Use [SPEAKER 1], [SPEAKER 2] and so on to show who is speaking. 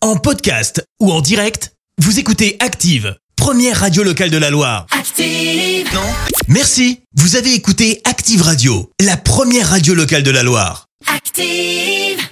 [SPEAKER 1] En podcast ou en direct, vous écoutez Active, première radio locale de la Loire.
[SPEAKER 2] Active.
[SPEAKER 1] Merci, vous avez écouté Active Radio, la première radio locale de la Loire.
[SPEAKER 2] Active.